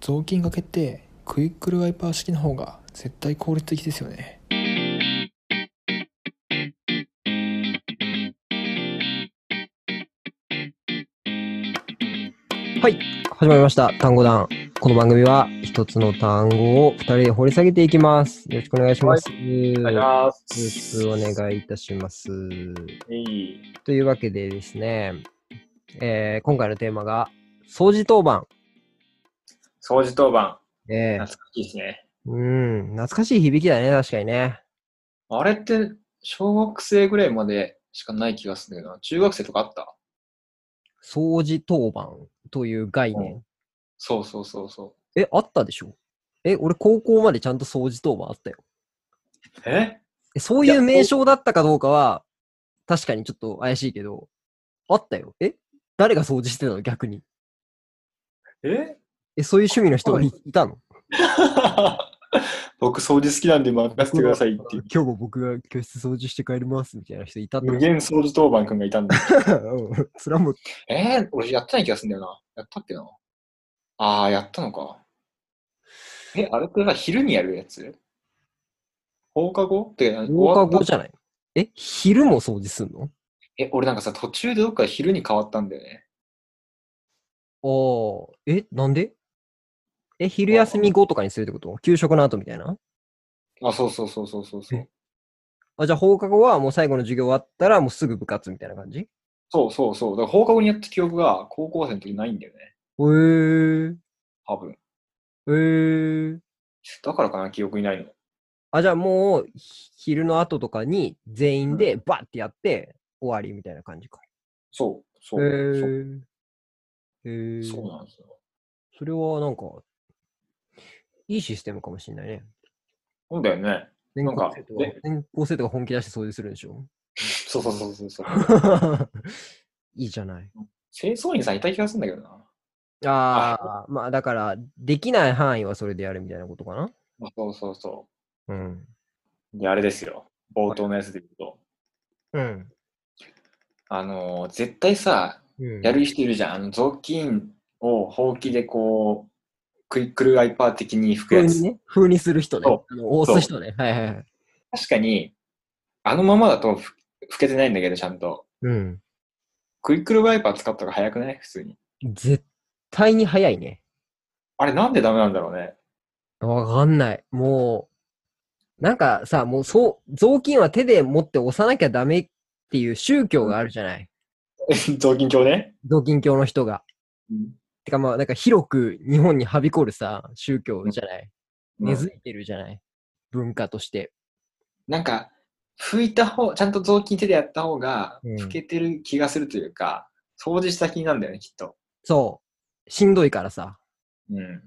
雑巾がけってクイックルワイパー式の方が絶対効率的ですよねはい。始まりました。単語談。この番組は、一つの単語を二人で掘り下げていきます。よろしくお願いします。お願いします。よろしくお願いいたします。いというわけでですね、えー今回のテーマが、掃除当番。掃除当番、えー懐かしいですね。うん、懐かしい響きだね、確かにね。あれって、小学生ぐらいまでしかない気がするんだけどな、中学生とかあった掃除当番という概念。そうそうそうそえ、あったでしょえ、俺高校までちゃんと掃除当番あったよ。う。ええそういう名称だったかどうかは、確かにちょっと怪しいけど、あったよ。え誰が掃除してたの逆に。 ええ、そういう趣味の人がいいたの僕掃除好きなんで任せてくださいって今いう。日も僕が教室掃除して帰りますみたいな人いたって無限掃除当番くんがいた んだ。うんそれはもう、えー、俺やってない気がするんだよな。やったっけな。あー、やったのか。え、あれってさ、昼にやるやつ放課後って、放課後じゃゃない。え昼も掃除すんのえ、俺なんかさ、途中でどっか昼に変わったんだよね。ああ、え、なんでえ、昼休み後とかにするってこと給食の後みたいなあ、そうそうそうそうそうそうえ。あ、じゃあ放課後はもう最後の授業終わったらもうすぐ部活みたいな感じへそうそうそう。だから放課後にやった記憶が高校生の時ないんだよね。え、多分。へえ。だからかな、記憶にないの。あ、じゃあもう、ひ昼の後とかに全員でバッてやって終わりみたいな感じか。そう、そう、そうー。へーそうなんですよ。それはなんか、いいシステムかもしれないね。そうだよね。全なん校か生徒がで、全校生徒が本気出して掃除するんでしょ そうそうそうそうそう。いいじゃない。清掃員さんいた気がするんだけどな。ああ、まあだから、できない範囲はそれでやるみたいなことかな。あそうそうそうん。う。で、あれですよ。冒頭のやつで言うと。うん。あのー絶対さ、うん、やる人いるじゃん。あの、雑巾をほうきでこう、クイックルワイパー的に拭く風やにつ。ね、風にする人ねそ。あの押す人ね。はいはいはい。確かに、あのままだとふ拭けてないんだけど、ちゃんと。うん。クイックルワイパー使った方が早くない普通に。絶対に早いね。あれなんでダメなんだろうね。 わかんない。もう、なんかさ、もうそう、雑巾は手で持って押さなきゃダメっていう宗教があるじゃない。雑巾帳ね。雑巾教の人が。てかまあ、なんか広く日本にはびこるさ、宗教じゃない。根付いてるじゃない。文化として。なんか、拭いた方、ちゃんと雑巾手でやった方が、うん拭けてる気がするというか、掃除した気になるんだよね、きっと。そう。しんどいからさ。うん。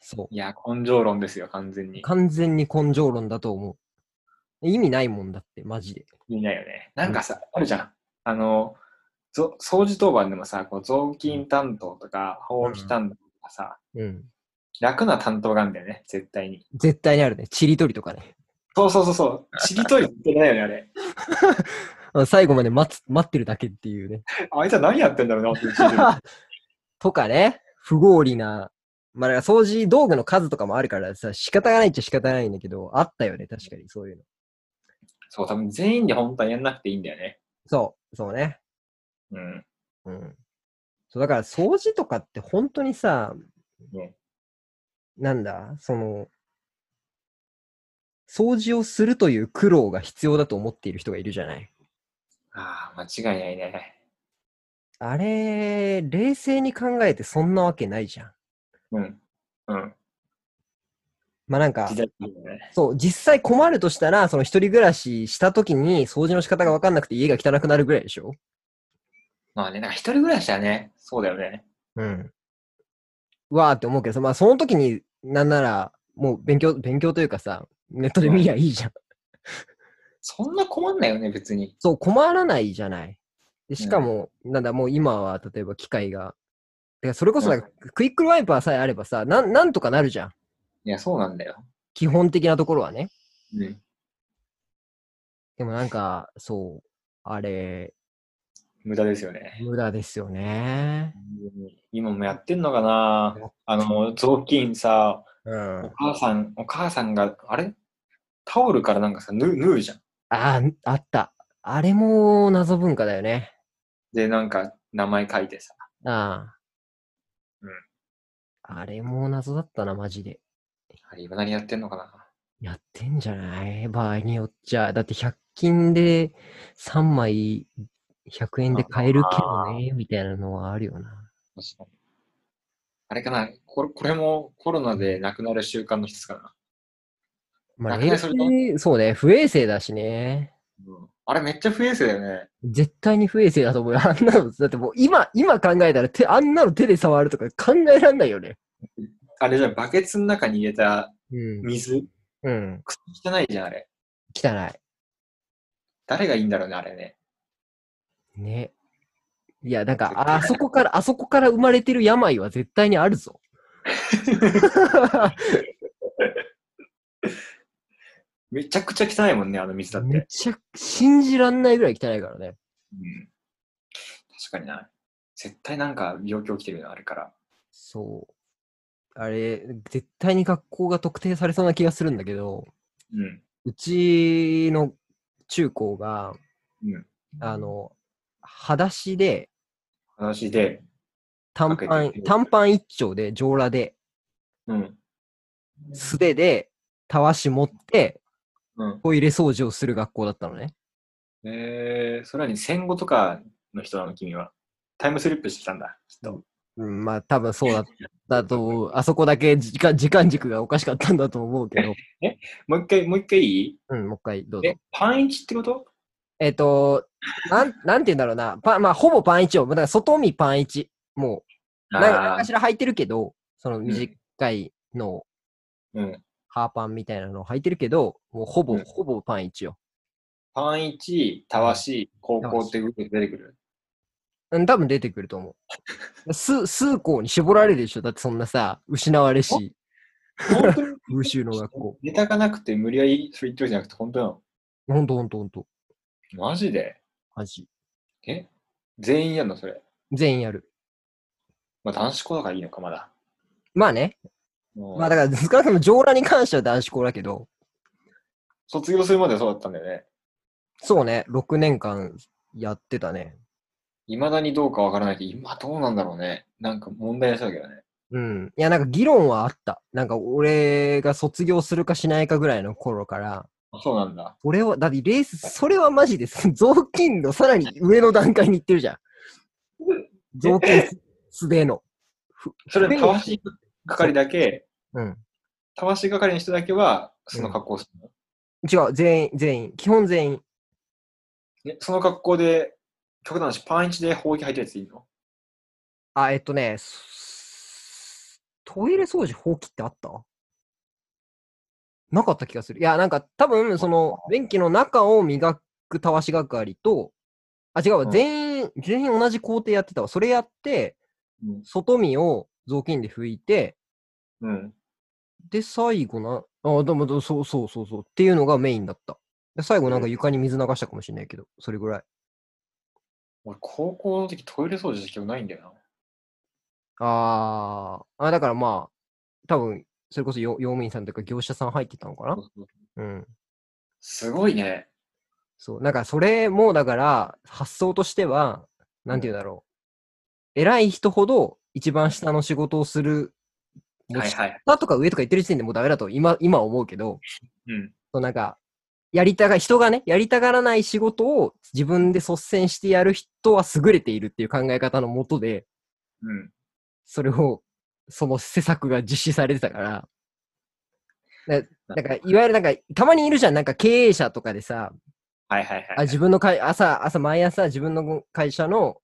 そいや、根性論ですよ、完全う。に。完全に根性論だと思う。意味ないもんだって、マジで。いないよね。なんかさ、あるじゃん。あの、ぞ掃除当番でもさ、こう雑巾担当とか、ほうき担当とかさ、うん。楽な担当があるんだよね、絶対に。絶対にあるね。ちりとりとかね。そうそうそうそう。しりとりってないよね、あれ。あの最後まで待つ、待ってるだけっていうね。あいつは何やってんだろうな、っていうしりとり とかね、不合理な、まあ、だから掃除道具の数とかもあるからさ、仕方がないっちゃ仕方ないんだけど、あったよね、確かに、そういうの。そう、多分全員で本当はやんなくていいんだよね。そう、そうね。うん。うん。そう、だから掃除とかって本当にさ、ねなんだ、その、掃除をするという苦労が必要だと思っている人がいるじゃない。ああ、間違いないね。あれ、冷静に考えてそんなわけないじゃん。うん。うん。まあなんか時、代的にね。そう、実際困るとしたら、その一人暮らしした時に掃除の仕方が分かんなくて家が汚くなるぐらいでしょまあね、なんか一人暮らしはね、そうだよね。うん。わーって思うけどさ、まあその時になんなら、もう勉強、勉強というかさ、ネットで見りゃいいじゃん。そんな困んないよね、別に。そう、困らないじゃない。でしかも、なんだ、もう今は例えば機械が、てかそれこそなんかクイックルワイパーさえあればさ、なんなんとかなるじゃん。いや、そうなんだよ。基本的なところはね。うん。でもなんか、そう、あれ、無駄ですよね。無駄ですよね。今もやってんのかなやあの、雑巾さ、うん。おあ母さん、お母さんが、あれタオルからなんかさ、縫う縫うじゃん。あ、あった。あれも謎文化だよね。で、なんか名前書いてさ。ああ。うん。あれも謎だったな、マジで。あれ、今何やってんのかなやってんじゃない場合によっちゃ。だって100均で3枚100円で買えるけどね、みたいなのはあるよな。確かにあれかなこれこれもコロナでなくなる習慣の一つかな、まあ、楽で衛そ生れそうね、不衛生だしね。うんあれめっちゃ不衛生だよね。絶対に不衛生だと思うよ。あんなの、だってもう今、今考えたら手、あんなの手で触るとか考えらんないよね。あれじゃんバケツの中に入れたうん。水、うん。くそ汚いじゃん、あれ。汚誰がいいんだろうね、あれね。い。ね。いや、なんか、ああそこから、あそこから生まれてる病は絶対にあるぞ。めちゃくちゃ汚いもんね、あの水だって。めっちゃ、信じらんないぐらい汚いからね。うん、確かにな。絶対なんか病気起きてるのあるから。そう。あれ、絶対に学校が特定されそうな気がするんだけど、うん。うちの中高が、うん。あの、裸足で、話で、短パ開けンて、る短パン一丁で、上裸で、うん。素手で、たわし持って、うん。トイレ掃除をする学校だったのね。えー、それなに戦後とかの人なの、君は。タイムスリップしてきたんだ、きっと。うん、まあ、多分 そうだったと思う。あそこだけ時間、時間軸がおかしかったんだと思うけど。もう一回、もう一回いいうん、もう一回どうぞえ。、パンイチってことえっ、と、なん、なんて言うんだろうな。パンまあ、ほぼパン一を、だから外見パン一。もう、なんかあ何ーかしら履いてるけど、そのん短いのを、うん。ハーパンみたいなのを履いてるけど、もうほぼ、うんほぼパン一よ。パンイチ、たわし、高校ってグループで出てくる。うん、多分出てくると思 う。数、数校に絞られるでしょ。だってそんなさ、失われし、本当に優秀の学校。ネタがなくて無理やりそう言ってるじゃなくて本当なのほんとほんとほんと。マジでマジ。え全員やんのそれ。全員やる。まあ男子校だからいいのか、まだ。まあね。もうまあだから、少なくとも上裸に関しては男子校だけど、卒業するまではそうだったんだよね。そうね、6年間やってたね。いまだにどうかわからないけど、今どうなんだろうね。なんか問題なそうだけどね。うん。いや、なんか議論はあった。なんか俺が卒業するかしないかぐらいの頃から、あそうなんだ。俺は、だってレース、それはマジです。雑巾のさらに上の段階に行ってるじゃん。雑巾素手の。それ、たわし係だけ、うん。たわし係の人だけは、その格好をするの、違う、全員、全員。基本全員。ねその格好で、極端なし、パンイチでほうき履いてるやついいのあ、えっとね、すトイレ掃除放棄ってあったなかった気がする。いや、なんか多分、その、便器の中を磨くたわし係と、あ、違うわ、うん全員、全員同じ工程やってたわ。それやって、うん外見を雑巾で拭いて、うん。で、最後な、あ、でも、でもそうそうそうそう、っていうのがメインだった。で最後なんか床に水流したかもしれないけど、それぐらい。俺、高校の時トイレ掃除した記憶ないんだよな。あーあ、だからまあ、多分、それこそよ用務員さんとか業者さん入ってたのかなうん。すごいね。そう。なんか、それも、だから、発想としては、なんて言うんだろう。偉い人ほど、一番下の仕事をする、もうはいはい。下とか上とか言ってる時点でもうダメだと、今、今思うけど、うん。そうなんか、やりたが、人がね、やりたがらない仕事を自分で率先してやる人は優れているっていう考え方のもとで、うん。それを、その施策が実施されてたから、ななんか、いわゆるなんか、たまにいるじゃん、なんか経営者とかでさ、はいはいあはい。自分の会朝、朝、毎朝自分の会社の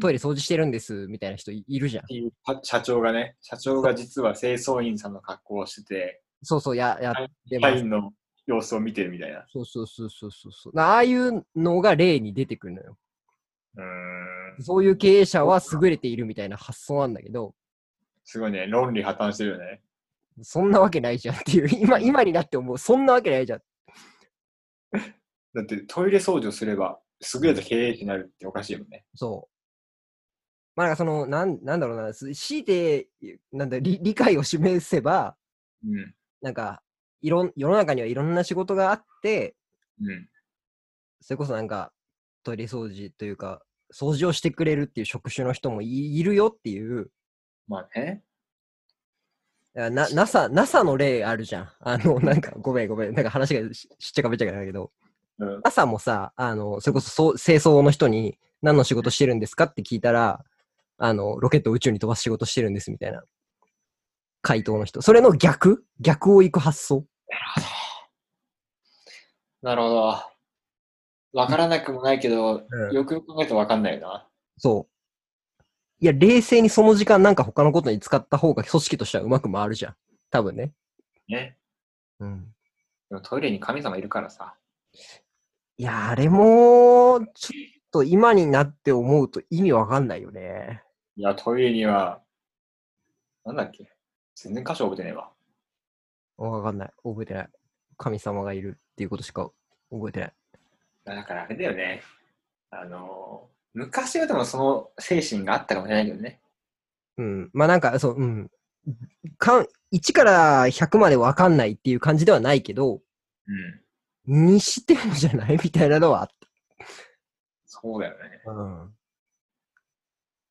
トイレ掃除してるんです、みたいな人いいるじゃん。社社長がね、社長が実は清掃員さんの格好をしてそうそう、や、やってて、ま社す。員の様子を見てるみたいな。そうそうそうそうそうそう。なああいうのが例に出てくるのよ。うーん。そういう経営者は優れているみたいな発想なんだけど、すごいね、論理破綻してるよね。そんなわけないじゃんっていう、今、今になって思う、そんなわけないじゃん。だってトイレ掃除をすれば、優れた経営者になるっておかしいよね。そう。まあ、なんかその、なん、なんだろうな、す強いて、なんだ、理理解を示せば、うん。なんか、いろん、世の中にはいろんな仕事があって、うん。それこそなんか、トイレ掃除というか、掃除をしてくれるっていう職種の人もいいるよっていう、まあね。だからな、NASA、NASA の例あるじゃん。あの、なんか、ごめんごめん、なんか話がししっちゃかめっちゃかだけど、うん。 NASA もさ、あの、それこそそう清掃の人に、何の仕事してるんですかって聞いたら、あの、ロケットを宇宙に飛ばす仕事してるんですみたいな。回答の人。それの逆逆を行く発想なるほど。わからなくもないけど、うんよくよく考えるとわかんないよな。そう。いや、冷静にその時間なんか他のことに使った方が組織としてはうまく回るじゃん。多分ね。ね。うん。でもトイレに神様いるからさ。いや、あれも、ちょっと今になって思うと意味わかんないよね。いや、トイレには、なんだっけ全然箇所覚えてねえわ。わかんない。覚えてない。神様がいるっていうことしか覚えてない。だからあれだよね。あのー、昔はでもその精神があったかもしれないけどね。うん。まあなんか、そう、うん。かん1から100までわかんないっていう感じではないけど、うん。にしてもじゃないみたいなのはあっそうだよね。た。うん。うん。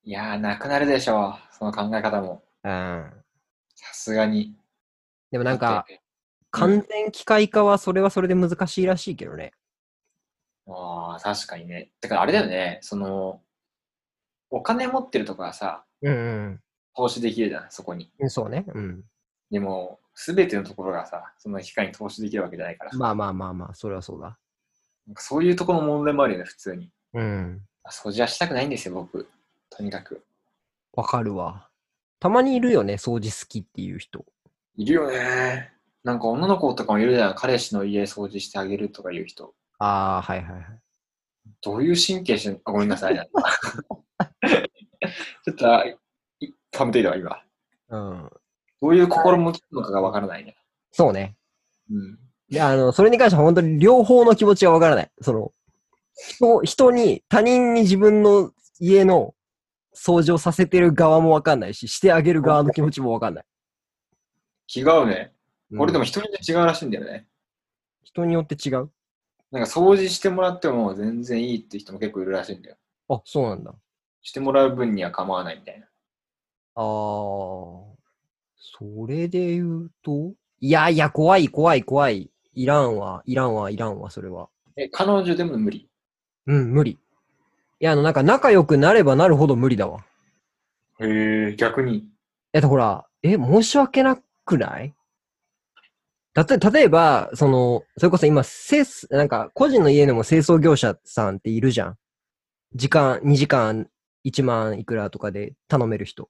いやー、なくなるでしょう。その考え方も。さすがに。でもなんだっか、て。完全機械化はそれはそれで難しいらしいけどね。ああ、確かにね。だからあれだよね。その、お金持ってるとかはさ、うん、投資できるじゃん、そこに。うん。そうね。うん。でも、すべてのところがさ、その機械に投資できるわけじゃないからさ。まあまあまあまあ、それはそうだ。なんかそういうところの問題もあるよね、普通に。うん。あ掃除はしたくないんですよ、僕。とにかく。わかるわ。たまにいるよね、掃除好きっていう人。いるよね。なんか女の子とかもいるじゃん。彼氏の家掃除してあげるとかいう人。ああ、はいはいはい。どういう神経してんあ、ごめんなさい。 ちょっと、あいパムテイだわ、今。うん。どういう心持ちなのかがわからないね。そうね。うん。で、あの、それに関しては本当に両方の気持ちがわからない。その、人、人に、他人に自分の家の掃除をさせてる側もわかんないし、してあげる側の気持ちもわかんない。気が合うね。うんこれでも、人によって違うらしいんだよね。人によって違う。なんか掃除してもらっても全然いいって人も結構いるらしいんだよ。あ、そうなんだ。してもらう分には構わないみたいな。ああ、それで言うといやいや、怖い、怖い、怖い。いらんわ、いらんわ、いらんわ、それは。え、彼女でも無理。うん、無理。いや、あの、なんか仲良くなればなるほど無理だわ。へえ、逆に。えっと、ほら、え、申し訳なくないだって、例えば、その、それこそ今、清掃なんか、個人の家でも清掃業者さんっているじゃん。時間、2時間、1万いくらとかで頼める人。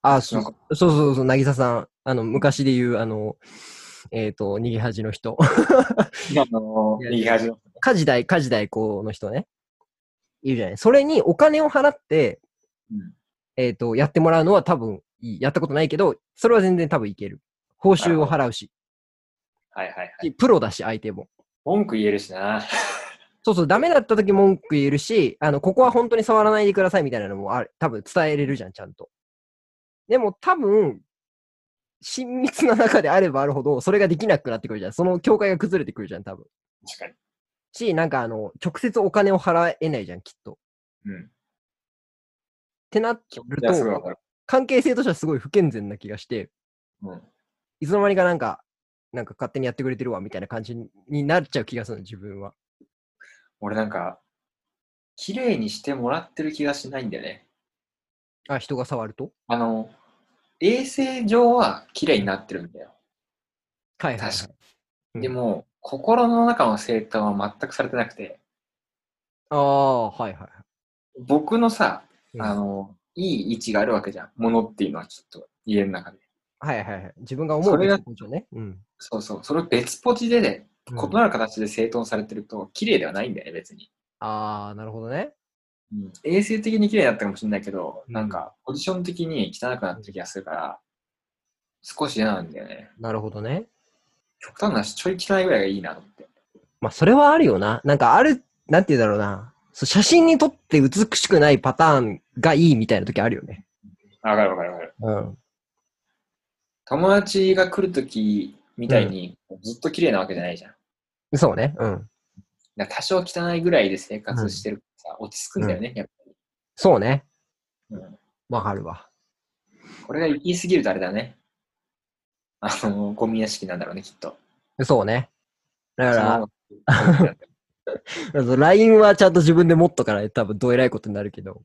あ、そう、なんそうそうそう、なぎささん。あの、昔で言う、あの、えっ、と、逃げ恥の人。あのー、右端の。家事代、家事代行の人ね。いるじゃない。それにお金を払って、うんえっ、と、やってもらうのは多分いい。やったことないけど、それは全然多分いける。報酬を払うし、はいはいはい。プロだし、相手も。文句言えるしな。そうそう、ダメだった時文句言えるし、あの、ここは本当に触らないでくださいみたいなのもある、多分伝えれるじゃん、ちゃんと。でも多分、親密な中であればあるほど、それができなくなってくるじゃん。その境界が崩れてくるじゃん、多分。確かに。し、なんかあの、直接お金を払えないじゃん、きっと。っうん。てなってるいや、すごいわと、かる。関係性としてはすごい不健全な気がして、うん。いつの間にかなんか、なんか勝手にやってくれてるわ、みたいな感じになっちゃう気がするの、自分は。俺なんか、綺麗にしてもらってる気がしないんだよね。あ、人が触るとあの、衛生上は綺麗になってるんだよ。はいはい、はい。確かうんに。でも、心の中の整頓は全くされてなくて、ああ、はいはいはい。僕のさ、うんあの、いい位置があるわけじゃん。ものっていうのはちょっと家の中で。はいはいはい。自分が思うそれがべきことね。うん。そうそう。それを別ポジでね、うん異なる形で整頓されてると、綺麗ではないんだよね、別に。ああ、なるほどね。うん、衛生的に綺麗だったかもしれないけど、うんなんか、ポジション的に汚くなってる気がするから、少し嫌なんだよね。なるほどね。極端な話、ちょい汚いぐらいがいいなと思って。まあ、それはあるよな。なんかある、なんて言うんだろうな。そう写真に撮って美しくないパターンがいいみたいな時あるよね。わかるわかるわかる。うん。友達が来るときみたいに、ずっと綺麗なわけじゃないじゃん。そうね。うん。だから多少汚いぐらいで生活してるからさ、落ち着くんだよね、やっぱり。そうね。うんわかるわ。これが行き過ぎるとあれだね。あの、ゴミ屋敷なんだろうね、きっと。そうね。だかそのら、そう LINE はちゃんと自分で持っとかないと多分どえらいことになるけど。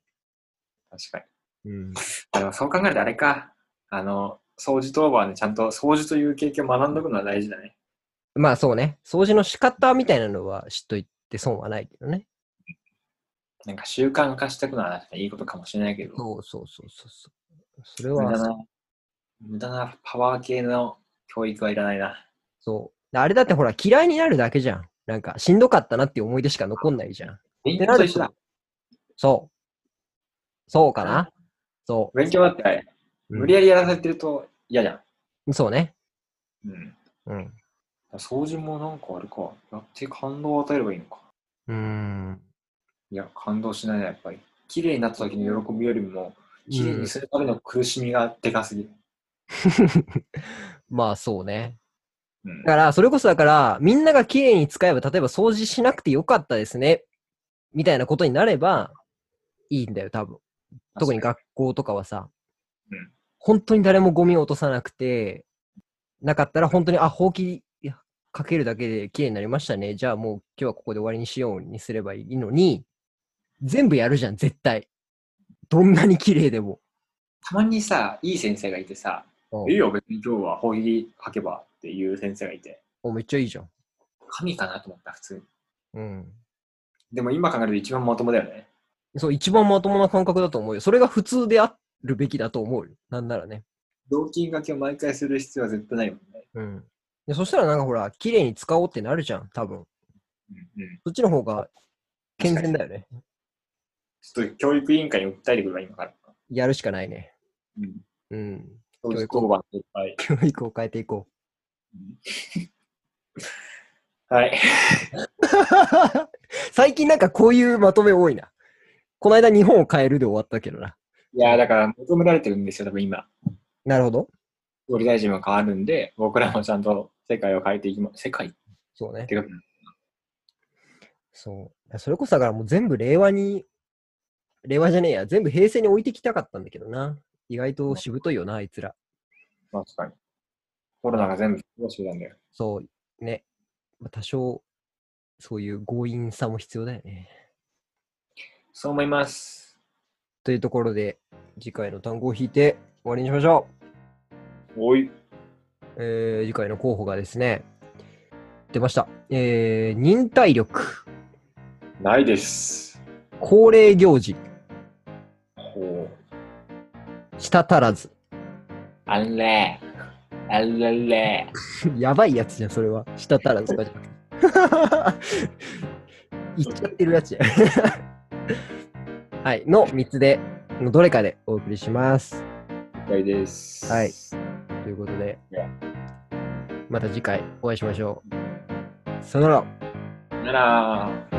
確かに。うん。でもそう考えるとあれか。あの、掃除当番でちゃんと掃除という経験を学んどくのは大事だね。まあそうね。掃除の仕方みたいなのは知っといて損はないけどね。なんか習慣化していくのは確かにいいことかもしれないけど、そうそうそうそうそう。それ無駄は、な、無駄なパワー系の教育はいらないな。そう。あれだってほら、嫌いになるだけじゃん。なんか、しんどかったなっていう思い出しか残んないじゃん。勉て強なとる一緒だと。そう。そうかなそ勉強だってあれ、う。無理やりやらされてると嫌じゃん。うんそうね。うん。うん。掃除もなんかあれか、やって感動を与えればいいのか。うーん。いや、感動しないな、やっぱり。綺麗になった時の喜びよりも、綺麗うにんするための苦しみがでかすぎる。まあそうね。うんだから、それこそだから、みんなが綺麗に使えば、例えば掃除しなくてよかったですね。みたいなことになれば、いいんだよ、多分。特に学校とかはさ、うん本当に誰もゴミを落とさなくて、なかったら本当に、あ、ほうきかけるだけで綺麗になりましたね。じゃあもう今日はここで終わりにしようにすればいいのに、全部やるじゃん、絶対。どんなに綺麗でも。たまにさ、いい先生がいてさ、うんいいよ、別に今日はほうき書けばっていう先生がいて、おめっちゃいいじゃん。神かなと思った、普通に。うん。でも今考えると一番まともだよね。そう、一番まともな感覚だと思うよ。それが普通であるべきだと思うよ。なんならね。雑巾がけを毎回する必要は絶対ないもんね。うん。でそしたらなんかほら、綺麗に使おうってなるじゃん、多分。うんうん。そっちの方が健全だよね。ちょっと教育委員会に訴えてくるわ、今から。やるしかないね。うん。うん。当教時育当番いっぱい。教育を変えていこう。 はい。最近なんかこういうまとめ多いな。この間日本を変えるで終わったけどな。いやー、だから求められてるんですよ、多分今。なるほど。総理大臣も変わるんで、僕らもちゃんと世界を変えていきま、世界っそうねて。いうか、そう。それこそだからもう全部令和に、令和じゃねえや、全部平成に置いてきたかったんだけどな。意外としぶといよな、あいつら。確かに。コロナが全部どうしてたんだよ。そう。ね。まあ多少、そういう強引さも必要だよね。そう思います。というところで、次回の単語を引いて終わりにしましょう。おい。えー次回の候補がですね、出ました。えー忍耐力、ないです。恒例行事、ほう。舌足らず。 あれ。あれれ。やばいやつじゃん、それは。舌足らずとかじゃなくて。 言っちゃってるやつじゃん。 はい、の3つで、のどれかでお送りします。了解です。はいということでね、また次回お会いしましょう。さよなら。なら。